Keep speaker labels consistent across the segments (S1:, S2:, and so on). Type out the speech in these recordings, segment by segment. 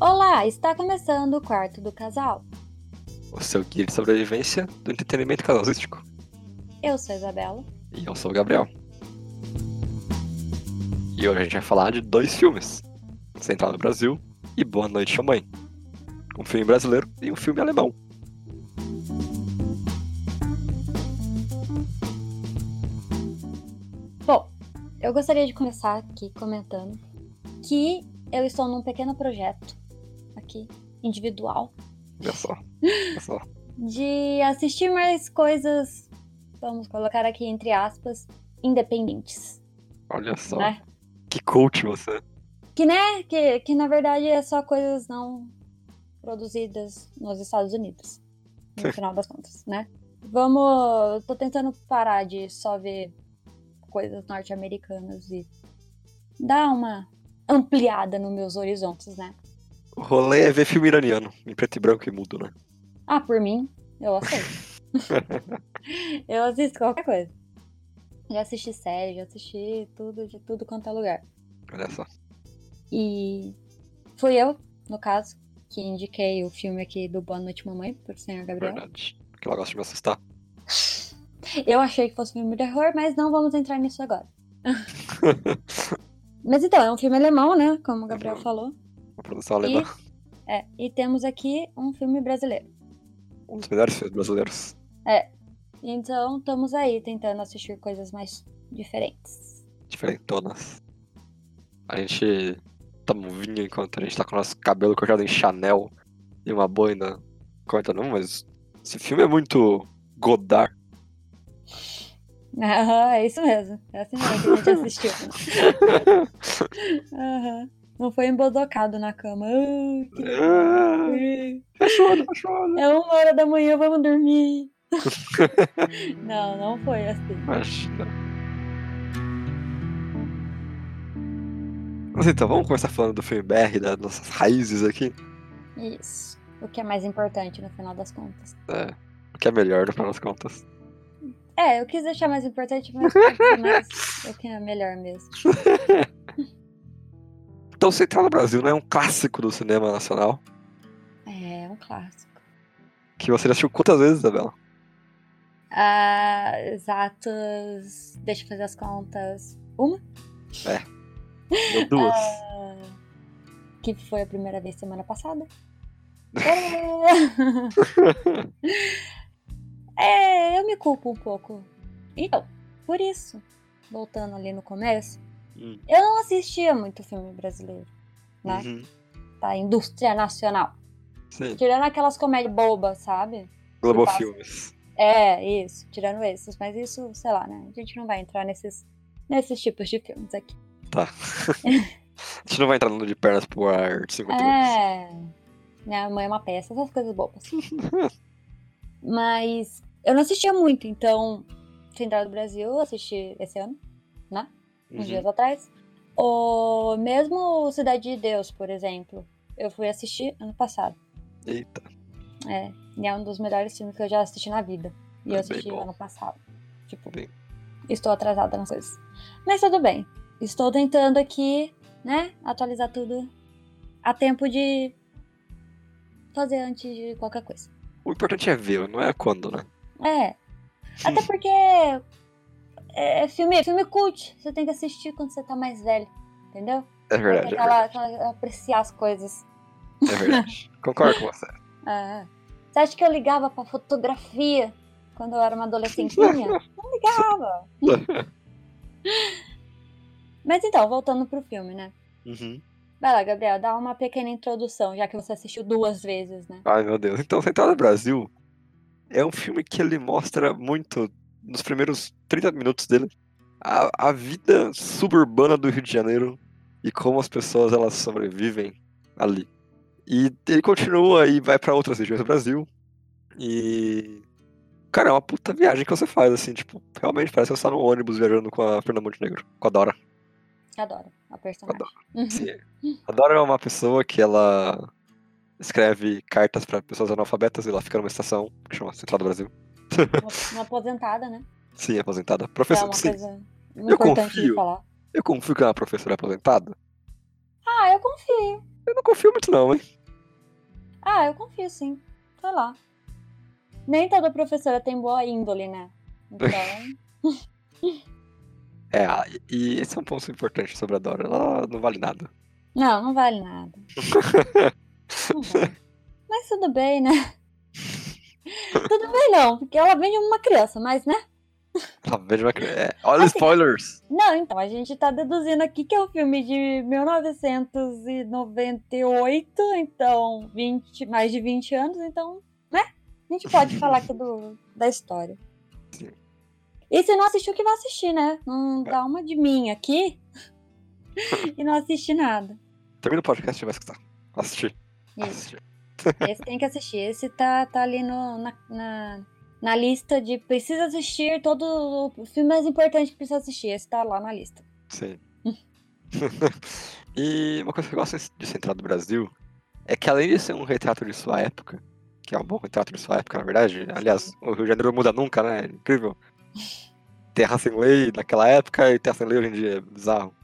S1: Olá, está começando o quarto do casal.
S2: O seu guia de sobrevivência do entretenimento casalístico.
S1: Eu sou a Isabela.
S2: E eu sou o Gabriel. E hoje a gente vai falar de dois filmes: Central no Brasil e Boa Noite, Sua Mãe. Um filme brasileiro e um filme alemão.
S1: Bom, eu gostaria de começar aqui comentando que eu estou num pequeno projeto aqui, individual,
S2: Olha só. Olha só.
S1: de assistir mais coisas, vamos colocar aqui entre aspas, independentes.
S2: Olha só.
S1: Né?
S2: Que coach você.
S1: É, que, que na verdade é só coisas não produzidas nos Estados Unidos, no final das contas, né? Vamos. Tô tentando parar de só ver coisas norte-americanas e dar uma ampliada nos meus horizontes, né?
S2: O rolê é ver filme iraniano, em preto e branco e mudo, né?
S1: Ah, por mim, eu aceito. eu assisto qualquer coisa. Já assisti série, já assisti tudo, de tudo quanto é lugar.
S2: Olha só.
S1: E fui eu, no caso, que indiquei o filme aqui do Boa Noite Mamãe, pro senhor Gabriel.
S2: Verdade. Porque ela gosta de me assustar.
S1: Eu achei que fosse um filme de terror, mas não vamos entrar nisso agora. mas então, é um filme alemão, né? Como o Gabriel
S2: Alemão.
S1: falou.
S2: Uma produção alemã.
S1: É, e temos aqui um filme brasileiro.
S2: Um dos melhores filmes brasileiros.
S1: Então, estamos aí tentando assistir coisas mais diferentes.
S2: Diferentonas. A gente toma um vinho enquanto a gente tá com o nosso cabelo cortado em Chanel e uma boina. Corta não, mas esse filme é muito Godard.
S1: Aham, é isso mesmo. É assim mesmo que a gente assistiu. Aham. Não foi embodocado na cama. Ai, que-
S2: Ah, Fechou, fechou. né?
S1: É uma hora da manhã, vamos dormir. não, não foi assim.
S2: Imagina. Mas então, vamos começar falando do filme BR, das nossas raízes aqui.
S1: Isso. O que é mais importante no final das contas.
S2: É, o que é melhor, no final das contas.
S1: É, eu quis deixar mais importante, mas mas o que é melhor mesmo.
S2: Então, Central do Brasil né, é um clássico do cinema nacional.
S1: É, é um clássico.
S2: Que você já assistiu quantas vezes, Isabela?
S1: Ah, exatos. Deixa eu fazer as contas. Uma?
S2: Deu duas.
S1: Ah, que foi a primeira vez semana passada. É... é, eu me culpo um pouco. Então, por isso, voltando ali no começo,
S2: Hum.
S1: eu não assistia muito filme brasileiro, né?
S2: Uhum.
S1: Da indústria nacional.
S2: Sim,
S1: Tirando aquelas comédias bobas, sabe?
S2: Globo
S1: passa.
S2: Filmes.
S1: É, isso, tirando esses, mas isso, sei lá, né? A gente não vai entrar nesses, nesses tipos de filmes aqui.
S2: A gente não vai entrar no de pernas pro ar de 50 minutos.
S1: É. Minha mãe é uma peça, essas coisas bobas. mas eu não assistia muito, então, Central do Brasil, eu assisti esse ano, uns
S2: Uhum.
S1: dias atrás. Ou mesmo Cidade de Deus, por exemplo, eu fui assistir ano passado.
S2: Eita,
S1: É, e é um dos melhores filmes que eu já assisti na vida. E eu
S2: É bem
S1: assisti
S2: bom.
S1: ano passado. Tipo,
S2: Bem.
S1: estou atrasada nas coisas. Mas tudo bem. Estou tentando aqui, né, atualizar tudo a tempo de fazer antes de qualquer coisa.
S2: o importante é ver, não é quando, né?
S1: É. Até porque é filme, filme cult. Você tem que assistir quando você tá mais velho, entendeu?
S2: É verdade, é
S1: Aquela,
S2: verdade.
S1: aquela, apreciar as coisas.
S2: É verdade. Concordo com você.
S1: Ah, Você acha que eu ligava pra fotografia quando eu era uma adolescentinha? Não ligava. Mas então, voltando pro filme, né?
S2: Uhum.
S1: Vai lá, Gabriel, dá uma pequena introdução, já que você assistiu duas vezes, né?
S2: Ai, meu Deus. Então, Central do Brasil é um filme que ele mostra muito, nos primeiros 30 minutos dele, a, a vida suburbana do Rio de Janeiro e como as pessoas elas sobrevivem ali. E ele continua e vai pra outras regiões do Brasil. E. Cara, é uma puta viagem que você faz, assim, tipo, realmente parece que você tá no ônibus viajando com a Fernanda Montenegro, com a Dora.
S1: Adoro a personagem.
S2: Sim. A Dora é uma pessoa que ela escreve cartas pra pessoas analfabetas e ela fica numa estação que chama Central do Brasil.
S1: Uma, uma aposentada, né?
S2: Sim, aposentada.
S1: Que é
S2: Professora,
S1: uma
S2: sim,
S1: coisa importante de
S2: confio.
S1: falar.
S2: eu confio que ela é uma professora aposentada.
S1: Ah, eu confio.
S2: Eu não confio muito, não, hein?
S1: Ah, eu confio sim. Sei lá. Nem toda professora tem boa índole, né? Então.
S2: É, a- e esse é um ponto importante sobre a Dora. Ela não vale nada.
S1: Não, não vale nada. Não vale. Mas tudo bem, né? Tudo bem não, porque ela vem de uma criança, mas né?
S2: Ela veja uma criança. É, olha
S1: Assim-
S2: spoilers!
S1: Não, então, a gente tá deduzindo aqui que é um filme de 1998, então 20, mais de 20 anos, então, né? A gente pode falar aqui do, da história.
S2: Sim.
S1: E se não assistiu, que vai assistir, né? Não dá uma de mim aqui e não assiste nada.
S2: Termina o podcast e vai escutar. Assistir.
S1: Isso.
S2: Assistir.
S1: Esse tem que assistir. Esse tá, tá ali no, na, na, na lista de precisa assistir todo o filme mais importante que precisa assistir. Esse tá lá na lista.
S2: Sim. e uma coisa que eu gosto de Central do Brasil é que além de ser um retrato de sua época, que é um bom retrato de sua época, na verdade, aliás, o Rio de Janeiro muda nunca, né? É incrível. Terra sem lei naquela época e terra sem lei hoje em dia é bizarro.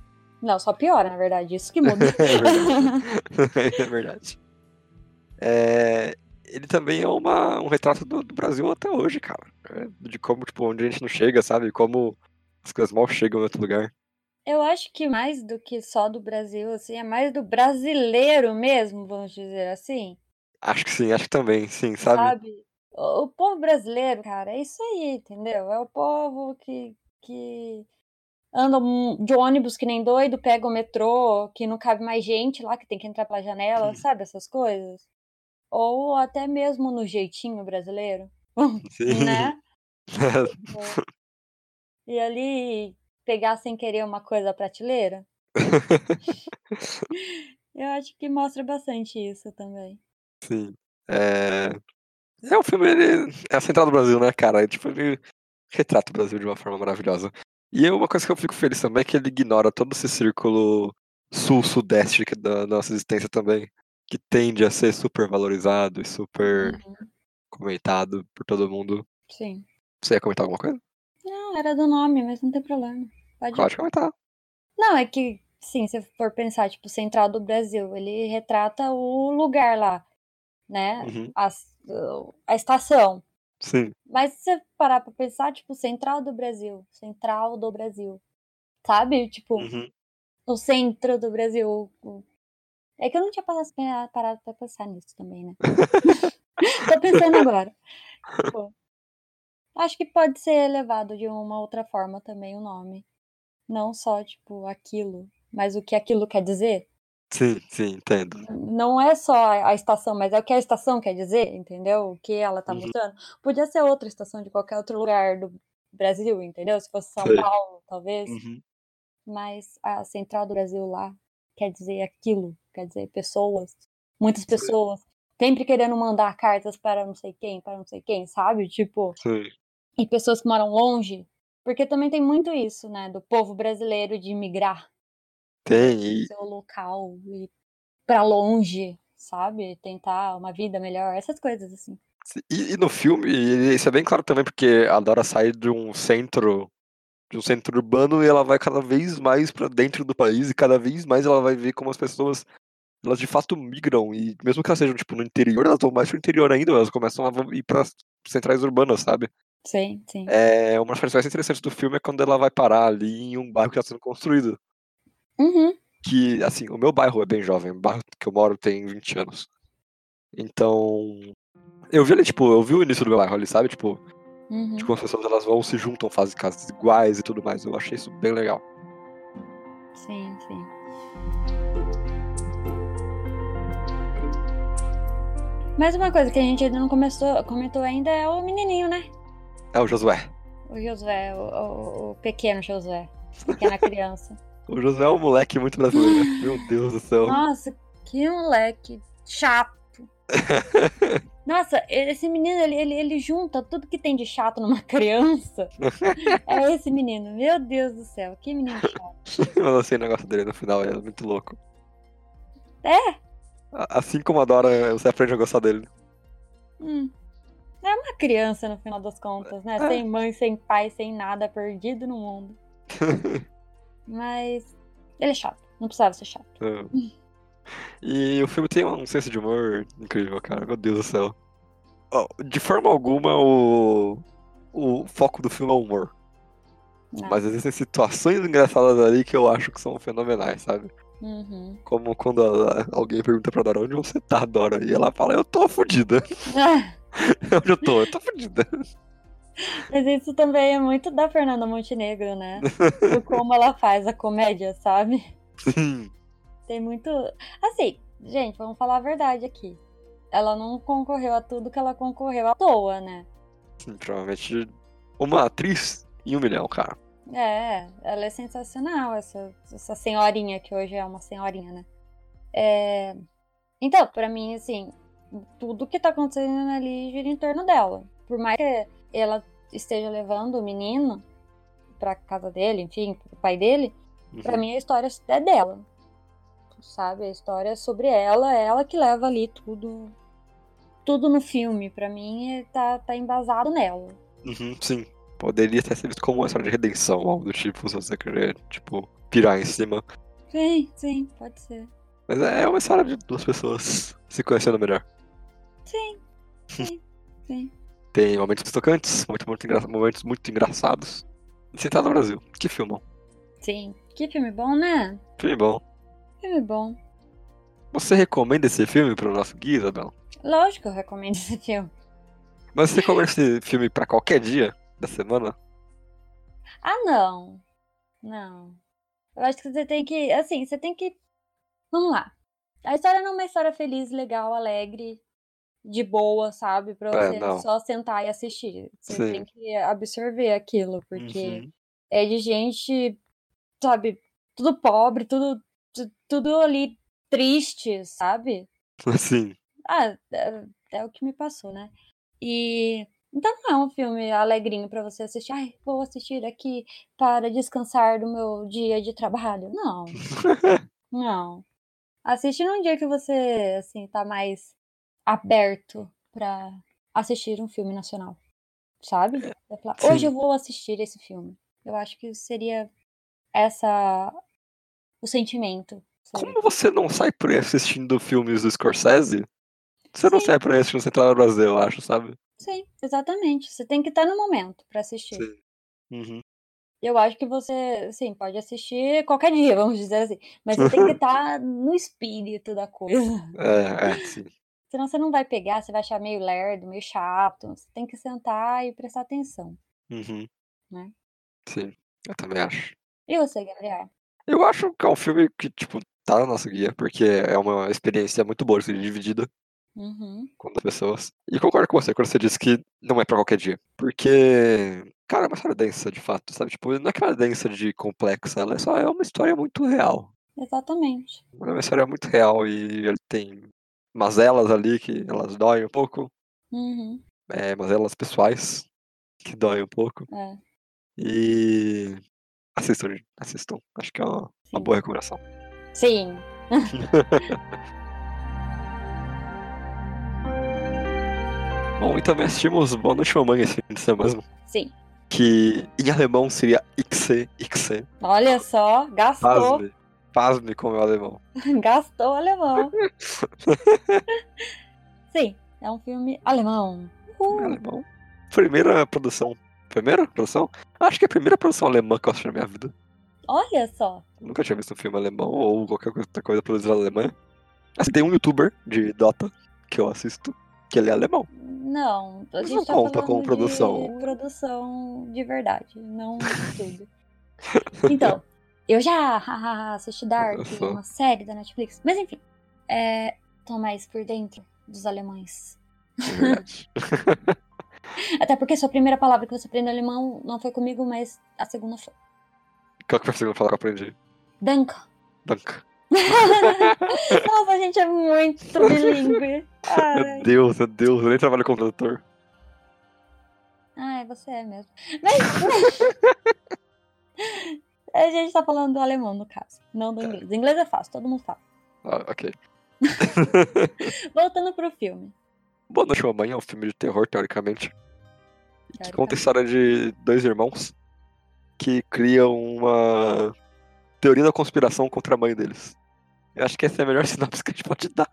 S1: Não, só piora, na verdade. Isso que muda.
S2: É verdade. é verdade. É, ele também é uma, um retrato do, do Brasil até hoje, cara. É, de como, tipo, onde a gente não chega, sabe? Como as coisas mal chegam em outro lugar.
S1: Eu acho que mais do que só do Brasil, assim, é mais do brasileiro mesmo, vamos dizer assim.
S2: Acho que sim, acho que também, sim, sabe?
S1: Sabe? O, o povo brasileiro, cara, é isso aí, entendeu? É o povo que, que anda mu- de ônibus que nem doido, pega o metrô, que não cabe mais gente lá, que tem que entrar pela janela, sabe? Essas coisas. Ou até mesmo no jeitinho brasileiro,
S2: Sim.
S1: né? E ali pegar sem querer uma coisa da prateleira. Eu acho que mostra bastante isso também.
S2: sim. É... é um filme, ele... é a central do Brasil, né, cara? É, tipo, ele retrata o Brasil de uma forma maravilhosa. E é uma coisa que eu fico feliz também é que ele ignora todo esse círculo sul-sudeste que- é da nossa existência também, que tende a ser super valorizado e super
S1: Uhum,
S2: comentado por todo mundo.
S1: Sim.
S2: Você ia comentar alguma coisa?
S1: Não, era do nome, mas não tem problema. Pode
S2: Pode comentar.
S1: Não, é que, sim, se for pensar, tipo, Central do Brasil, ele retrata o lugar lá, né?
S2: Uhum,
S1: As- o- a estação.
S2: Sim.
S1: Mas se você parar pra pensar, tipo, Central do Brasil, Central do Brasil, sabe? Tipo,
S2: Uhum.
S1: o centro do Brasil. o- o- É que eu não tinha passado- pe- parado pra pensar nisso também, né? Tô pensando agora. Tipo, acho que pode ser levado de uma outra forma também o nome. Não só, tipo, aquilo, mas o que aquilo quer dizer.
S2: Sim, sim, entendo.
S1: Não é só a a estação, mas é o que a estação quer dizer, entendeu? O que ela tá
S2: Uhum.
S1: mostrando. Podia ser outra estação de qualquer outro lugar do Brasil, entendeu? Se fosse São
S2: Sei.
S1: Paulo, talvez
S2: Uhum.
S1: mas a central do Brasil lá quer dizer aquilo, quer dizer pessoas, muitas pessoas, sempre querendo mandar cartas para não sei quem, para não sei quem, sabe? Tipo,
S2: Sim.
S1: e pessoas que moram longe, porque também tem muito isso, né, do povo brasileiro de migrar
S2: Tem,
S1: do
S2: e
S1: seu local e para longe, sabe? Tentar uma vida melhor, essas coisas assim.
S2: Sim, E, e no filme, e isso é bem claro também, porque a Dora sai de um centro, de um centro urbano, e ela vai cada vez mais pra dentro do país, e cada vez mais ela vai ver como as pessoas, elas de fato migram, e mesmo que elas sejam, tipo, no interior, elas vão mais pro interior ainda, elas começam a vo- ir para centrais urbanas, sabe?
S1: Sim, sim.
S2: É, uma das partes mais interessantes do filme é quando ela vai parar ali em um bairro que está sendo construído,
S1: Uhum,
S2: que, assim, o meu bairro é bem jovem, o bairro que eu moro tem 20 anos. Então, eu vi ali, tipo, eu vi o início do meu bairro ali, sabe? Tipo,
S1: uhum.
S2: de como as pessoas elas vão se juntam, fazem casas iguais e tudo mais. Eu achei isso bem legal.
S1: Sim, sim. Mais uma coisa que a gente ainda não começou, comentou ainda é o menininho, né?
S2: É o Josué.
S1: O Josué, o, o- o pequeno Josué, pequena criança.
S2: O Josué é um moleque muito brasileiro. Meu Deus do céu.
S1: Nossa, que moleque chato. Nossa, esse menino, ele, ele, ele junta tudo que tem de chato numa criança. É esse menino, meu Deus do céu, que menino chato.
S2: Eu lancei o negócio dele no final, ele é muito louco.
S1: É?
S2: A- Assim como a Dora, você aprende a gostar dele.
S1: Hum. É uma criança no final das contas, né?
S2: É.
S1: Sem mãe, sem pai, sem nada, perdido no mundo. Mas ele é chato, não precisava ser chato.
S2: É. E o filme tem um senso de humor incrível, cara. Meu Deus do céu. Ó, de forma alguma, o, o foco do filme é o humor.
S1: Não.
S2: Mas existem situações engraçadas ali que eu acho que são fenomenais, sabe?
S1: Uhum.
S2: Como quando a- alguém pergunta pra Dora onde você tá, Dora? E ela fala, eu tô fudida.
S1: Ah,
S2: onde eu tô? Eu tô fudida.
S1: Mas isso também é muito da Fernanda Montenegro, né? Do como ela faz a comédia, sabe?
S2: Sim.
S1: Tem muito. Assim, gente, vamos falar a verdade aqui. Ela não concorreu a tudo que ela concorreu à toa, né?
S2: Sim, provavelmente uma atriz e um milhão, cara.
S1: É, ela é sensacional, essa, essa senhorinha, que hoje é uma senhorinha, né? É, Então, pra mim, assim, tudo que tá acontecendo ali gira em torno dela. Por mais que ela esteja levando o menino pra casa dele, enfim, pro pai dele, Pra mim a história é dela. Sabe? A história é sobre ela, é ela que leva ali tudo. Tudo no filme, pra mim, é- tá, tá embasado nela.
S2: Uhum, sim. Poderia ter sido visto como uma história de redenção, algo do tipo, se você querer, tipo, pirar em cima.
S1: Sim, sim, pode ser.
S2: Mas é uma história de duas pessoas se conhecendo melhor.
S1: Sim, sim, sim.
S2: Tem momentos tocantes, muito, muito engra- momentos muito engraçados. Você tá no Brasil. Que filmão.
S1: Sim. Que filme bom, né?
S2: Filme bom.
S1: Filme bom.
S2: Você recomenda esse filme pro nosso guia, Isabela?
S1: Lógico que eu recomendo esse filme.
S2: Mas você recomenda esse filme pra qualquer dia da semana?
S1: Ah, não. Não. Eu acho que você tem que. Assim, você tem que. Vamos lá. A história não é uma história feliz, legal, alegre, de boa, sabe? Pra
S2: É,
S1: você
S2: não.
S1: só sentar e assistir. Você
S2: Sim.
S1: tem que absorver aquilo, porque
S2: Uhum.
S1: é de gente, sabe? Tudo pobre, tudo, tu- tudo ali triste, sabe?
S2: Assim.
S1: Ah, é, é o que me passou, né? E então não é um filme alegrinho pra você assistir. Ai, vou assistir aqui para descansar do meu dia de trabalho. Não, não. Assiste num dia que você assim tá mais aberto pra assistir um filme nacional, sabe? Você fala,
S2: Sim.
S1: Hoje eu vou assistir esse filme. Eu acho que seria essa o sentimento. sabe?
S2: Como você não sai por aí assistindo filmes do Scorsese? Você não
S1: Sim.
S2: sai por aí assistindo Central do Brasil, eu acho, sabe?
S1: Sim, exatamente. Você tem que estar no momento pra assistir.
S2: Sim. Uhum.
S1: Eu acho que você, assim, pode assistir qualquer dia, vamos dizer assim. Mas você tem que estar no espírito da coisa.
S2: É, é, sim.
S1: Senão você não vai pegar, você vai achar meio lerdo, meio chato. Você tem que sentar e prestar atenção.
S2: Uhum.
S1: Né?
S2: Sim, eu também acho.
S1: E você, Gabriel?
S2: Eu acho que é um filme que, tipo, tá no nosso guia, porque é uma experiência muito boa de ser dividida
S1: Uhum.
S2: com as pessoas. E concordo com você quando você disse que não é pra qualquer dia. Porque, cara, é uma história densa, de fato, sabe? Tipo, não é aquela densa de complexa, ela é só é uma história muito real.
S1: Exatamente.
S2: É uma história muito real e ele tem mazelas ali que elas doem um pouco,
S1: Uhum.
S2: é, mazelas pessoais que doem um pouco.
S1: É,
S2: E assistam, gente, assistam. Acho que é uma, uma
S1: sim.
S2: boa recomendação.
S1: Sim.
S2: Bom, e também assistimos Boa Noite Mamãe esse fim de semana, mesmo,
S1: Sim.
S2: que em alemão seria Xe, Xe.
S1: Olha só, gastou.
S2: Pasme, pasme com o meu alemão.
S1: Gastou o alemão. Sim, é um filme alemão. Uh,
S2: Não é
S1: Uhul.
S2: alemão. Primeira produção. Primeira produção? Acho que é a primeira produção alemã que eu assisti na minha vida.
S1: Olha só.
S2: Nunca tinha visto um filme alemão ou qualquer coisa- outra coisa produzida na Alemanha. Assim, tem um youtuber de Dota que eu assisto, que ele é alemão.
S1: Não, a
S2: Mas
S1: gente
S2: não
S1: tá
S2: conta
S1: falando
S2: como produção.
S1: de produção de verdade, não de tudo. Então, eu já hahaha, assisti Dark,
S2: Olha só.
S1: uma série da Netflix, mas enfim, é, tô mais por dentro dos alemães.
S2: de verdade.
S1: Até porque sua primeira palavra que você aprendeu em alemão não foi comigo, mas a segunda foi.
S2: Qual que foi a segunda palavra que eu aprendi?
S1: Danke.
S2: Dank.
S1: Nossa, a gente é muito
S2: É
S1: bilíngue. Ai.
S2: Meu Deus, meu Deus, eu nem trabalho como tradutor.
S1: Ai, você é mesmo. Mas. A gente tá falando do alemão, no caso, não do
S2: Tá.
S1: inglês. Inglês é fácil, todo mundo fala.
S2: Ah, ok.
S1: Voltando pro filme.
S2: Boa Noite Mamãe é um filme de terror, teoricamente, que
S1: teoricamente.
S2: conta a história de dois irmãos que criam uma teoria da conspiração contra a mãe deles. Eu acho que essa é a melhor sinopse que a gente pode dar.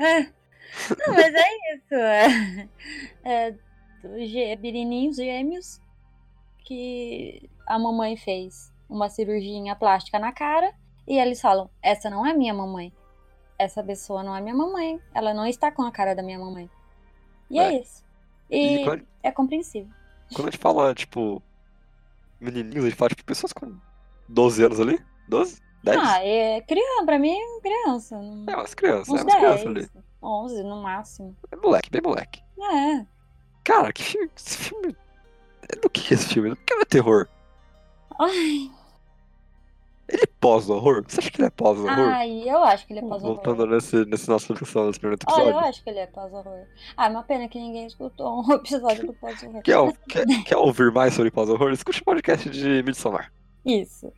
S1: É. Não, mas é isso. É, é do gê- Birininhos gêmeos que a mamãe fez uma cirurgia plástica na cara e eles falam: Essa não é minha mamãe. Essa pessoa não é minha mamãe. Ela não está com a cara da minha mamãe. E é,
S2: É.
S1: isso. E,
S2: E quando,
S1: é compreensível.
S2: quando a gente fala, tipo, menininhos, a gente fala, tipo, pessoas com 12 anos ali? 12? 10?
S1: Ah, é criança, pra mim é criança. um-
S2: é umas crianças, é
S1: Uns
S2: umas crianças
S1: 10,
S2: ali.
S1: 11 no máximo.
S2: É moleque, bem moleque.
S1: É,
S2: Cara, que filme. Esse filme. é Do que é esse filme? Por que não é terror?
S1: Ai,
S2: Ele é pós-horror? Você acha que ele é pós-horror?
S1: ai, eu acho que ele é pós-horror.
S2: Hum, Voltando nesse, nesse nosso discussão nesse primeiro
S1: Olha,
S2: episódio.
S1: eu acho que ele é pós-horror. Ah, é uma pena que ninguém escutou um episódio do pós-horror.
S2: Quer, ou- quer, quer ouvir mais sobre pós-horror? Escute o podcast de Midsommar.
S1: Isso.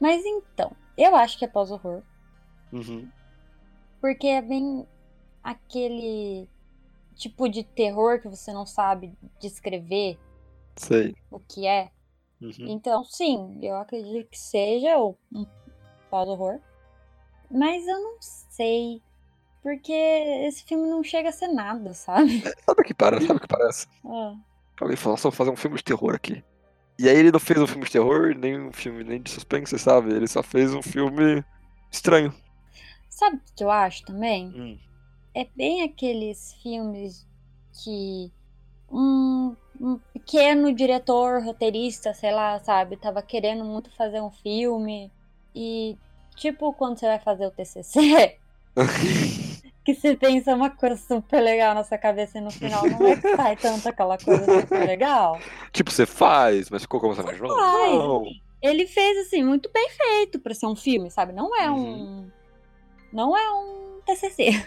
S1: Mas então, eu acho que é pós-horror.
S2: Uhum.
S1: Porque é bem aquele tipo de terror que você não sabe descrever
S2: Sei.
S1: o que é.
S2: Uhum.
S1: Então, sim, eu acredito que seja o- um pós-horror. Mas eu não sei. Porque esse filme não chega a ser nada, sabe?
S2: Sabe o que parece? Sabe o que parece?
S1: Ah,
S2: Que Alguém falou, nossa, vou fazer um filme de terror aqui. E aí ele não fez um filme de terror, nem um filme nem de suspense, sabe? Ele só fez um filme estranho.
S1: Sabe o que eu acho também?
S2: Hum.
S1: é bem aqueles filmes que um, um pequeno diretor, roteirista, sei lá, sabe, tava querendo muito fazer um filme e tipo quando você vai fazer o TCC, que você pensa uma coisa super legal na sua cabeça e no final não é que sai tanto aquela coisa super legal.
S2: tipo, você faz, mas ficou como você mais novo?
S1: faz.
S2: Não.
S1: Ele fez assim muito bem feito pra ser um filme, sabe? Não é
S2: Uhum.
S1: um não é um TCC.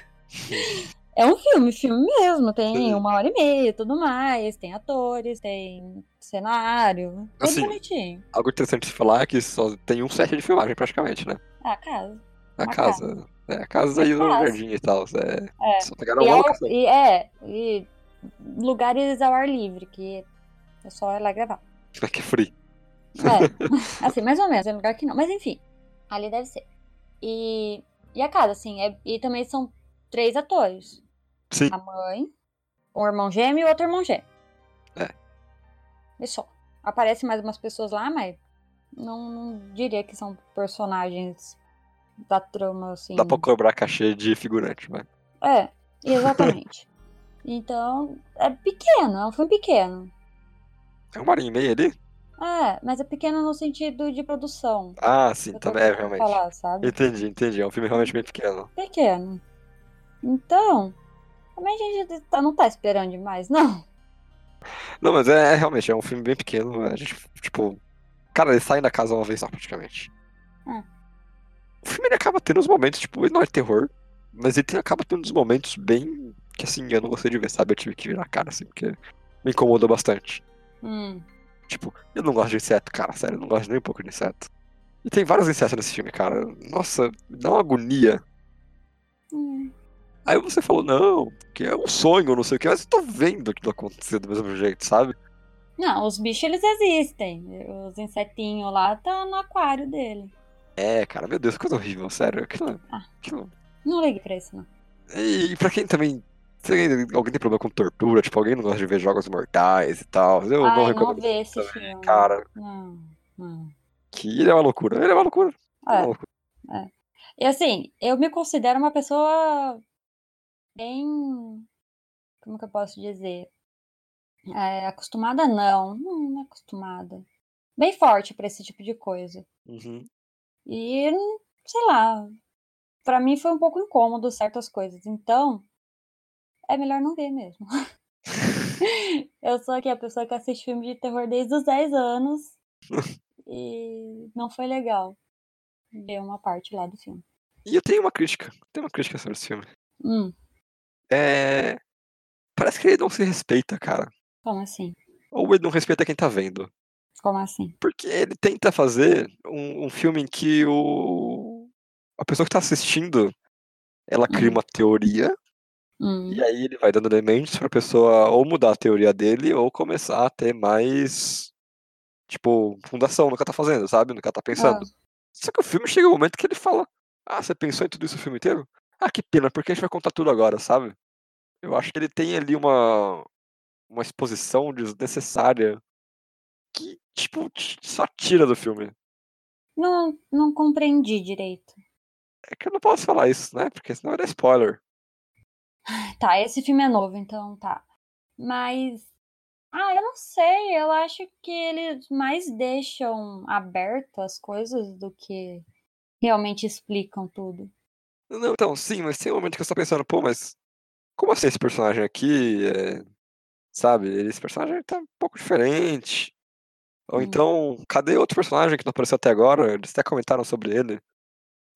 S1: É um filme, filme mesmo. Tem
S2: Sim.
S1: uma hora e meia e tudo mais. Tem atores, tem cenário. Tudo
S2: Assim.
S1: bonitinho.
S2: Algo interessante de se falar é que só tem um set de filmagem, praticamente, né?
S1: Ah, casa.
S2: A
S1: Uma
S2: casa. É, a casa e o
S1: Casa.
S2: jardim e tal. É,
S1: É.
S2: Só pegaram
S1: e,
S2: uma
S1: ao-
S2: locação.
S1: e é, e lugares ao ar livre, que é só ir lá gravar.
S2: Que é free.
S1: É, assim, mais ou menos, é um lugar que não. Mas enfim, ali deve ser. E, e a casa, assim, é- e também são três atores.
S2: Sim.
S1: A mãe, um irmão gêmeo e outro irmão gêmeo.
S2: É.
S1: E só. Aparecem mais umas pessoas lá, mas não, não diria que são personagens da trama, assim.
S2: Dá pra cobrar cachê de figurante, mas.
S1: É, exatamente. então, é pequeno, é um filme pequeno.
S2: É uma hora e meia ali?
S1: É, mas é pequeno no sentido de produção.
S2: Ah, sim,
S1: Eu tô
S2: também é,
S1: querendo
S2: realmente.
S1: Falar, sabe?
S2: Entendi, entendi. É um filme realmente bem pequeno.
S1: pequeno. Então, também a gente tá- não tá esperando demais, não.
S2: Não, mas é, é realmente, é um filme bem pequeno. A gente, tipo. Cara, ele sai da casa uma vez só, praticamente.
S1: É.
S2: O filme ele acaba tendo uns momentos, tipo, ele não é terror, mas ele tem- acaba tendo uns momentos bem. que assim, eu não gostei de ver, sabe? Eu tive que virar a cara, assim, porque me incomodou bastante.
S1: Hum,
S2: Tipo, eu não gosto de inseto, cara, sério, eu não gosto nem um pouco de inseto. E tem vários insetos nesse filme, cara. Nossa, me dá uma agonia.
S1: hum,
S2: Aí você falou, não, que é um sonho, não sei o que, mas eu tô vendo aquilo acontecer do mesmo jeito, sabe?
S1: Não, os bichos eles existem. Os insetinhos lá tá no aquário dele.
S2: É, cara, meu Deus, que coisa horrível, sério. Aquilo, é
S1: Ah.
S2: aquilo- é
S1: Não ligue pra isso, não.
S2: E, e pra quem também. Se alguém, alguém tem problema com tortura, tipo, alguém não gosta de ver jogos mortais e tal, eu não
S1: Ai, não
S2: recomendo.
S1: vê esse filme.
S2: Cara,
S1: Não, não.
S2: que ele é uma loucura. Ele é uma loucura. ele é uma
S1: É,
S2: loucura.
S1: e assim, eu me considero uma pessoa bem. Como que eu posso dizer? É, acostumada, não. Não, não é acostumada. Bem forte pra esse tipo de coisa.
S2: Uhum.
S1: E, não- sei lá, pra mim foi um pouco incômodo certas coisas. Então, é melhor não ver mesmo. Eu sou aqui a pessoa que assiste filme de terror desde os 10 anos. E não foi legal ver uma parte lá do filme.
S2: E eu tenho uma crítica. Tenho uma crítica sobre esse filme.
S1: Hum,
S2: É. Parece que ele não se respeita, cara.
S1: como assim?
S2: Ou ele não respeita quem tá vendo.
S1: Como assim?
S2: Porque ele tenta fazer um, um filme em que o a pessoa que tá assistindo ela cria
S1: Uhum.
S2: uma teoria
S1: Hum,
S2: e aí ele vai dando elementos pra pessoa ou mudar a teoria dele ou começar a ter mais tipo fundação no que ela tá fazendo, sabe? No que ela tá pensando. Só que o filme chega um momento que ele fala: Ah, você pensou em tudo isso o filme inteiro? Ah, que pena, porque a gente vai contar tudo agora, sabe? Eu acho que ele tem ali uma, uma exposição desnecessária que, tipo, t- só tira do filme.
S1: Não, não compreendi direito.
S2: É que eu não posso falar isso, né? Porque senão era spoiler.
S1: Tá, esse filme é novo, então tá. Mas. Ah, eu não sei. Eu acho que eles mais deixam aberto as coisas do que realmente explicam tudo.
S2: Não, então, sim, mas tem um momento que eu só pensando, pô, mas como assim esse personagem aqui? é, Sabe? ele- Esse personagem tá um pouco diferente. Ou
S1: Hum.
S2: então, cadê outro personagem que não apareceu até agora? Eles até comentaram sobre ele.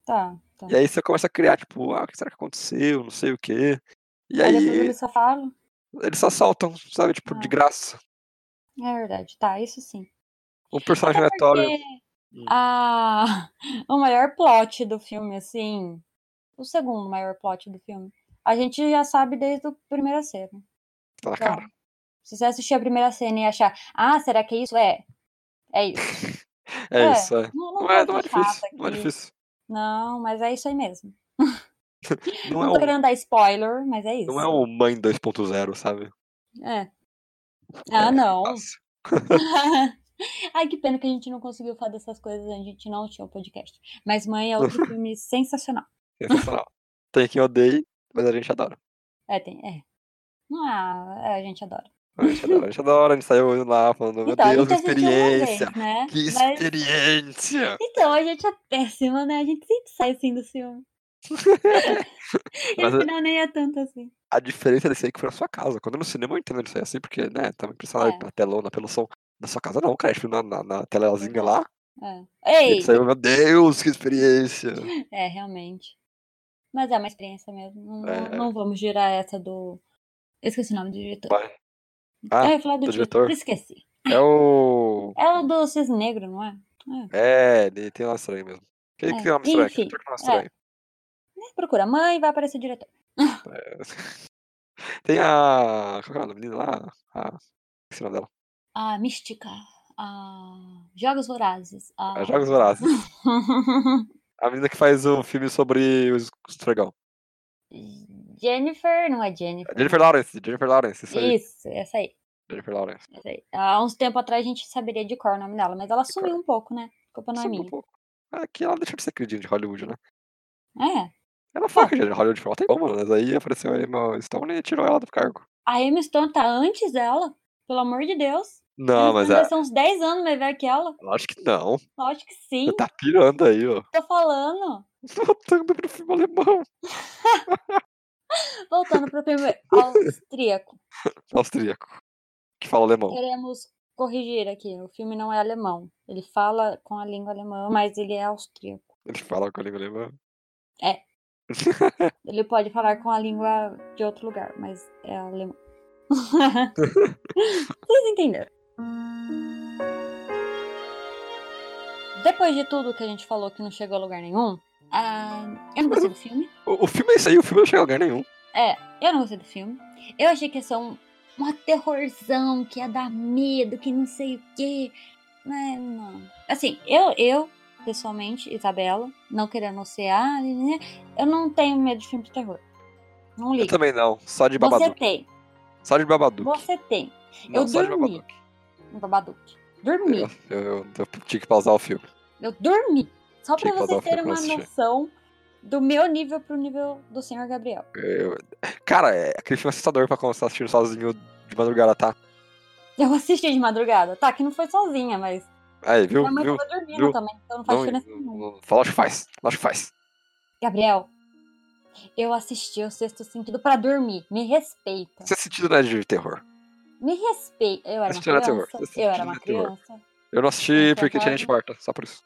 S1: Tá, tá.
S2: E aí você começa a criar, tipo, ah, o que será que aconteceu? Não sei o quê. E
S1: Aí
S2: aí
S1: depois eles só falam.
S2: eles só saltam, sabe? Tipo, de
S1: Ah.
S2: graça.
S1: É verdade, tá, isso sim.
S2: Um
S1: É
S2: personagem
S1: Até
S2: aleatório.
S1: porque
S2: Hum.
S1: a... o maior plot do filme, assim, o segundo maior plot do filme, a gente já sabe desde a primeira cena.
S2: Tá na
S1: Então,
S2: cara.
S1: se você assistir a primeira cena e achar, ah, será que é isso? É. É isso.
S2: É
S1: É,
S2: isso, é.
S1: Não,
S2: Não
S1: tô
S2: é, não é
S1: aqui chata
S2: difícil. Não é
S1: aqui.
S2: difícil.
S1: Não, mas é isso aí mesmo.
S2: Não
S1: Não,
S2: é
S1: tô
S2: um,
S1: querendo dar spoiler, mas é isso.
S2: não é um mãe 2.0, sabe?
S1: É. Ah,
S2: É,
S1: não.
S2: fácil.
S1: Ai, que pena que a gente não conseguiu falar dessas coisas, a gente não tinha o podcast. Mas Mãe é outro filme sensacional.
S2: Sensacional. Tem quem odeie, mas a gente adora.
S1: É, tem, é. Ah, é, a gente adora.
S2: Ah, A gente adora, a gente adora, a gente saiu lá falando, meu
S1: Então, a
S2: Deus,
S1: gente
S2: que
S1: assistiu uma
S2: experiência!
S1: vez, né?
S2: Que
S1: Mas,
S2: experiência!
S1: então, a gente é péssima, né? A gente sempre sai assim do filme. E
S2: Mas
S1: no final nem é tanto assim.
S2: a diferença desse aí é que foi na sua casa. Quando no cinema eu entendo isso aí assim, porque, né, tava impressionado
S1: É.
S2: na telona, pelo som. Na sua casa não, cara, a gente viu na, na, na telazinha lá.
S1: É.
S2: E ele
S1: Ei!
S2: saiu, meu Deus, que experiência!
S1: É, realmente. Mas é uma experiência mesmo. Não, não-
S2: É.
S1: não vamos girar essa do. Eu esqueci o nome do diretor.
S2: Vai. Ah,
S1: eu ia falar do,
S2: do
S1: diretor.
S2: diretor?
S1: Esqueci.
S2: É o.
S1: É o do Cisne Negro, não é?
S2: É, ele tem uma estranha mesmo. Quem
S1: É,
S2: que tem uma estranha?
S1: enfim, é.
S2: Quem tem uma estranha?
S1: Nem Procura mãe, vai aparecer o diretor.
S2: Tem a. Qual que é o nome da menina lá? A. Esqueci o nome dela.
S1: A Mística. A Jogos Vorazes. A...
S2: A É Jogos Vorazes. A menina que faz o filme sobre os os dragão.
S1: Jennifer, não é Jennifer.
S2: A Jennifer Lawrence, Jennifer Lawrence, isso aí.
S1: Isso, essa aí,
S2: Jennifer Lawrence.
S1: essa aí. Há uns tempo atrás a gente saberia de cor o nome dela, mas ela
S2: cor.
S1: sumiu um pouco, né? A culpa não é
S2: Só um
S1: minha.
S2: pouco. É que ela deixa de ser queridinha de Hollywood, né?
S1: É.
S2: Ela fala que já era Hollywood Fox, tem como, mas aí apareceu a Emma Stone e tirou ela do cargo.
S1: A Emma Stone tá antes dela, pelo amor de Deus. A
S2: Não,
S1: Emma
S2: mas
S1: Stone
S2: é,
S1: deve ser uns 10 anos mais velha que ela.
S2: lógico que não.
S1: Lógico que sim,
S2: Você tá pirando aí, ó.
S1: tô falando.
S2: Voltando pro filme alemão.
S1: Voltando pro filme austríaco.
S2: Austríaco. Que fala
S1: É.
S2: alemão.
S1: Queremos corrigir aqui, o filme não é alemão. Ele fala com a língua alemã, mas ele é austríaco.
S2: Ele fala com a língua alemã.
S1: Ele pode falar com a língua de outro lugar, mas é alemão. Vocês entenderam. Depois de tudo que a gente falou que não chegou a lugar nenhum, ah, eu não gostei do filme.
S2: O, o filme é isso aí, o filme não chega a lugar nenhum.
S1: Eu não gostei do filme. Eu achei que ia ser um, um terrorzão, que ia dar medo, que não sei o quê. Mas não. Assim, eu, eu pessoalmente, Isabela, não querendo ser ah, né, eu não tenho medo de filme de terror. Não
S2: Eu
S1: ligo.
S2: também não. Só de
S1: Você
S2: Babadook.
S1: tem,
S2: Só de Babadook.
S1: você tem.
S2: não,
S1: eu
S2: só
S1: dormi.
S2: de Babadook.
S1: Um Babadook. Dormi.
S2: Eu, eu, eu- eu tinha que pausar o filme.
S1: Eu dormi. Só pra
S2: Tinha que
S1: vocês
S2: pausar o filme
S1: terem
S2: pra
S1: uma
S2: assistir.
S1: noção do meu nível pro nível do senhor Gabriel.
S2: Eu- Cara, é aquele filme assustador pra começar assistindo sozinho de madrugada, tá?
S1: Eu assisti de madrugada. Tá, que não foi sozinha, mas
S2: Aí, viu?
S1: minha mãe
S2: viu?
S1: tava dormindo
S2: viu?
S1: também, então não faz
S2: um Não,
S1: diferença
S2: não,
S1: nenhuma.
S2: não, fala, acho que faz. Acho que faz.
S1: Gabriel, eu assisti o Sexto Sentido pra dormir. Me respeita.
S2: Você sentido não é de terror.
S1: Me respeita. Eu era uma
S2: Assisti na terror.
S1: criança.
S2: Assisti
S1: Eu era uma
S2: na terror.
S1: criança.
S2: Eu não
S1: Não
S2: assisti porque tinha gente morta, só por isso.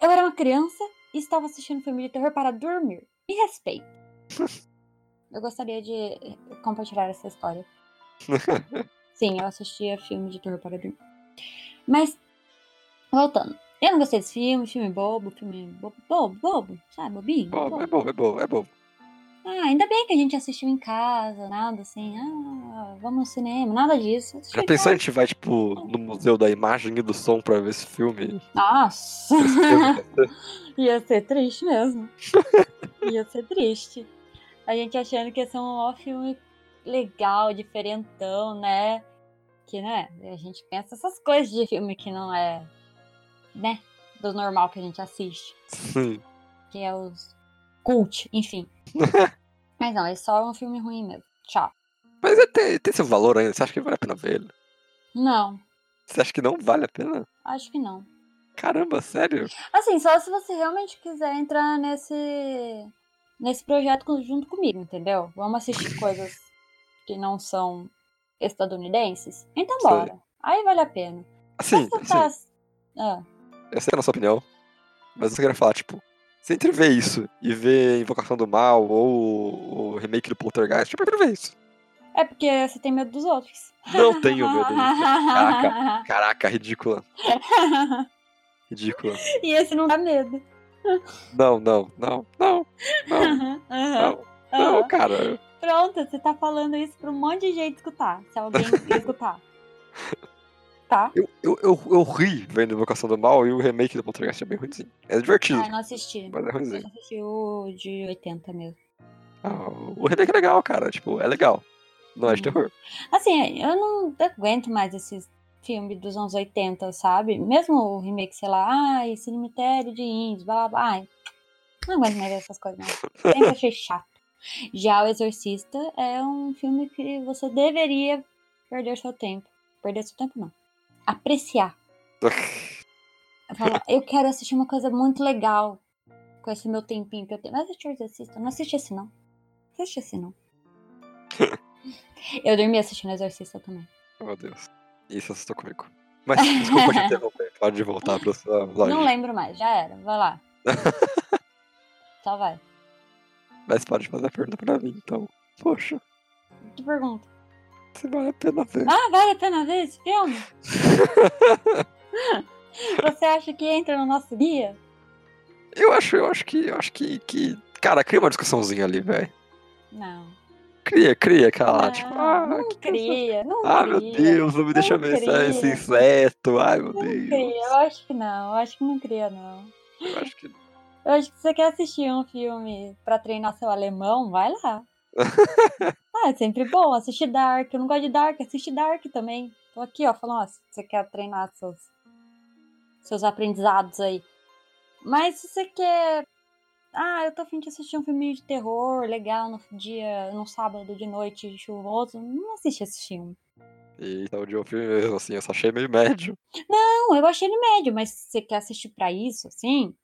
S1: Eu era uma criança e estava assistindo um filme de terror para dormir. Me respeita. Eu gostaria de compartilhar essa história. Sim, eu assistia filme de terror para dormir. Mas, voltando. Eu não gostei desse filme, filme bobo, filme bobo, bobo, bobo, sabe, bobinho?
S2: Bom,
S1: bobo.
S2: é bom, é bom, é bom.
S1: Ah, ainda bem que a gente assistiu em casa, nada assim. Ah, vamos no cinema, nada disso. Assistiu
S2: Já
S1: em
S2: pensou a
S1: casa.
S2: gente vai, tipo, no Museu da Imagem e do Som pra ver esse filme?
S1: Nossa!
S2: Esse filme?
S1: Ia ser triste mesmo. Ia ser triste. A gente achando que ia ser um maior filme legal, diferentão, né? Que, né? A gente pensa essas coisas de filme que não é, né? Do normal que a gente assiste.
S2: Sim.
S1: Que é os cult, enfim. Mas não, é só um filme ruim mesmo. Tchau.
S2: Mas ele tem, tem seu valor ainda. Você acha que vale a pena ver ele?
S1: Não,
S2: Você acha que não vale a pena?
S1: acho que não.
S2: Caramba, sério?
S1: Assim, só se você realmente quiser entrar nesse nesse projeto com- junto comigo, entendeu? Vamos assistir coisas que não são estadunidenses? Então
S2: Sei.
S1: bora. Aí vale a pena.
S2: Assim,
S1: Mas você
S2: assim,
S1: tá- Ah,
S2: eu sei que é a sua opinião. Mas eu só queria falar, tipo, se entre ver isso e ver Invocação do Mal ou o remake do Poltergeist, eu prefiro ver isso.
S1: é porque você tem medo dos outros.
S2: Não tenho medo disso. Caraca. Caraca, ridícula. Ridícula.
S1: e esse não dá medo.
S2: Não, não, não, não, não,
S1: Aham,
S2: não,
S1: aham.
S2: não, cara.
S1: Pronto, você tá falando isso pra um monte de gente escutar. Se alguém escutar. Tá?
S2: Eu, eu, eu, eu ri vendo Invocação do Mal e o remake do Poltergeist é bem ruimzinho. É divertido,
S1: Ah, não assisti.
S2: mas é ruimzinho.
S1: Eu assisti o de 80 mesmo.
S2: Ah, o remake é legal, cara. Tipo, é legal. Não é de
S1: Uhum.
S2: terror.
S1: Assim, eu não aguento mais esses filmes dos anos 80, sabe? Mesmo o remake, sei lá, ai, cemitério de índios, blá blá blá. Ai, não aguento mais essas coisas, não. Sempre achei chato. Já O Exorcista é um filme que você deveria perder seu tempo. Perder seu tempo, não. Apreciar. Falar, eu quero assistir uma coisa muito legal com esse meu tempinho que eu tenho. Mas assistir o Exorcista, não assiste esse não. Não Assiste esse não. Eu dormi assistindo o Exorcista também.
S2: Meu Deus. Isso assustou comigo. Mas desculpa te interromper. Pode voltar pra sua loja.
S1: Não lembro mais, já era. Vai lá. Só vai.
S2: Mas pode fazer a pergunta pra mim, então. Poxa,
S1: Que pergunta?
S2: se vale a pena ver.
S1: Ah, vale a pena ver esse filme? Você acha que entra no nosso guia?
S2: Eu acho, eu acho que. Eu acho que, que. Cara, cria uma discussãozinha ali, velho.
S1: Não.
S2: Cria, cria aquela,
S1: Não,
S2: tipo, ah,
S1: não
S2: que
S1: cria, não
S2: Ah,
S1: cria.
S2: meu Deus, não me deixa ver essa- esse
S1: cria.
S2: inseto. Ai, meu
S1: Não
S2: Deus.
S1: cria, eu acho que não, eu acho que não cria, não.
S2: Eu acho que.
S1: Eu acho que você quer assistir um filme pra treinar seu alemão, vai lá. ah, é sempre bom assistir Dark. Eu não gosto de Dark, assiste Dark também. Tô aqui, ó, falando, ó, se você quer treinar seus, seus aprendizados aí. Mas se você quer. Ah, eu tô afim de assistir um filme de terror legal no dia, num sábado de noite chuvoso. Não assiste esse filme.
S2: Eita, o John filme mesmo, assim, eu só achei meio médio.
S1: Não, eu achei ele médio, mas se você quer assistir pra isso, assim,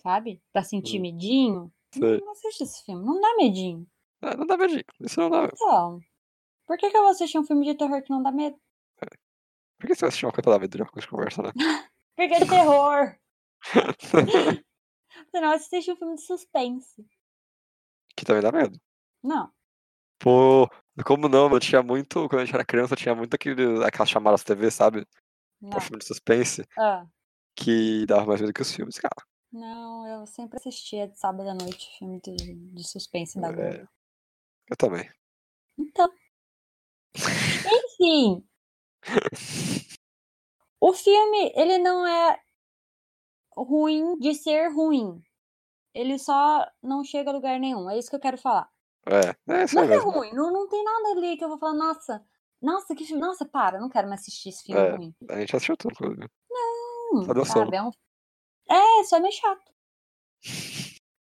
S1: sabe? Pra sentir
S2: Hum.
S1: medinho,
S2: Sei.
S1: não assiste esse filme. Não dá medinho.
S2: Ah, não dá medinho. Isso não dá.
S1: Então, por que, que eu vou assistir um filme de terror que não dá medo?
S2: Por que você vai assistir uma coisa da vida de uma coisa de conversa, né?
S1: Porque é terror! Senão assiste um filme de suspense.
S2: Que também dá medo.
S1: Não.
S2: Pô, como não? Eu tinha muito. Quando a gente era criança, eu tinha muito aquele, aquelas chamadas TV, sabe?
S1: Não.
S2: Pra filme de suspense,
S1: Ah,
S2: que dava mais medo que os filmes, cara.
S1: não, eu sempre assistia de sábado à noite filme de, de suspense da Globo.
S2: É, eu também.
S1: Então. Enfim. o filme, ele não é ruim de ser ruim. Ele só não chega a lugar nenhum. É isso que eu quero falar.
S2: É, é isso
S1: Não
S2: aí
S1: é
S2: mesmo.
S1: ruim, não, não tem nada ali que eu vou falar, nossa, nossa, que filme, nossa, para, não quero mais assistir esse filme
S2: É,
S1: ruim.
S2: A gente assistiu tudo, inclusive.
S1: Hum,
S2: só deu sono.
S1: sabe, é, um... é, só é meio chato.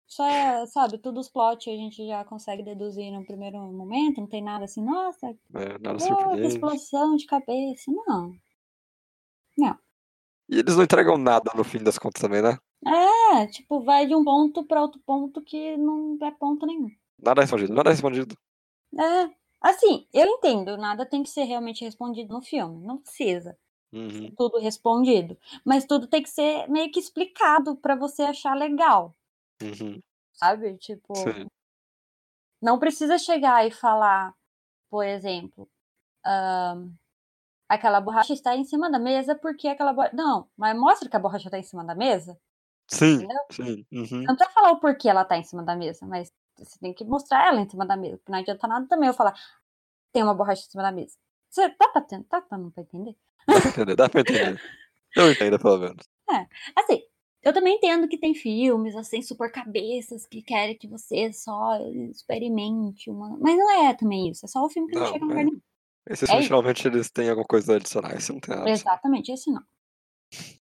S1: Só é, sabe, tudo os plot a gente já consegue deduzir no primeiro momento, não tem nada assim, nossa,
S2: É, nada
S1: oh, que
S2: surpreendente.
S1: explosão de cabeça. Não.
S2: E eles não entregam nada no fim das contas também, né?
S1: É, tipo, vai de um ponto pra outro ponto que não é ponto nenhum.
S2: Nada respondido, nada respondido.
S1: É, assim, eu entendo, nada tem que ser realmente respondido no filme, não precisa.
S2: Uhum.
S1: tudo respondido. Mas tudo tem que ser meio que explicado pra você achar legal,
S2: Uhum,
S1: sabe? Tipo,
S2: sim.
S1: não precisa chegar e falar, por exemplo, ahn, aquela borracha está em cima da mesa porque aquela borracha. Não, mas mostra que a borracha está em cima da mesa.
S2: Sim,
S1: entendeu?
S2: sim. Uhum.
S1: Não precisa falar o porquê ela está em tá cima da mesa, mas Você tem que mostrar ela em cima da mesa. Porque não adianta nada também eu falar, "Ah, tem uma borracha em cima da mesa. Você tá pra, tá, tá, não pra entender?
S2: Dá pra entender, dá pra entender. Eu entendo, pelo menos.
S1: Assim, eu também entendo que tem filmes, assim, super cabeças que querem que você só experimente uma. Mas não é também isso, é só o filme que não,
S2: Não,
S1: chega a lugar
S2: é.
S1: nenhum.
S2: Esses
S1: É
S2: filmes,
S1: isso.
S2: geralmente, eles têm alguma coisa adicional. Isso não tem nada.
S1: Exatamente, esse não.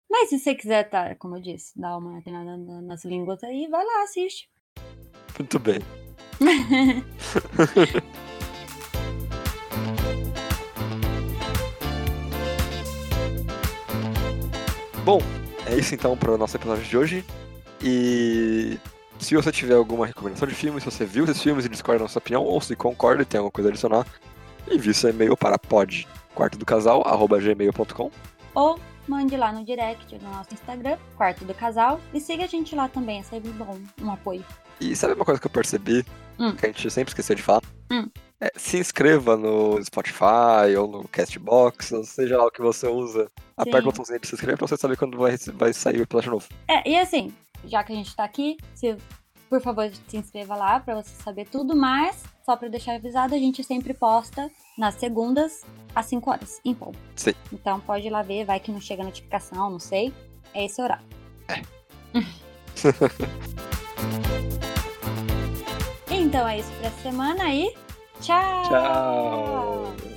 S1: Mas se você quiser, tá, como eu disse, dar uma treinada na- nas línguas aí, vai lá, assiste.
S2: Muito bem. Bom, é isso então para o nosso episódio de hoje. E se você tiver alguma recomendação de filme, se você viu esses filmes e discorda da sua opinião, ou se concorda e tem alguma coisa a adicionar, envie seu e-mail para podquartodocasal.gmail.com
S1: Ou mande lá no direct do nosso Instagram, Quarto do Casal, e siga a gente lá também, é sempre bom um apoio.
S2: E sabe uma coisa que eu percebi,
S1: Hum.
S2: que a gente sempre esqueceu de falar?
S1: Hum.
S2: É, se inscreva no Spotify ou no Castbox, ou seja lá o que você usa. Aperta o
S1: Sim.
S2: botãozinho de se inscrever pra você saber quando vai, vai sair o episódio novo.
S1: É, e assim, já que a gente tá aqui, se, por favor, se inscreva lá pra você saber tudo, mas só pra deixar avisado, a gente sempre posta nas segundas às 5 horas, em ponto.
S2: Sim.
S1: Então pode ir lá ver, vai que não chega a notificação, não sei. É esse horário. então é isso pra semana e tchau!
S2: Tchau!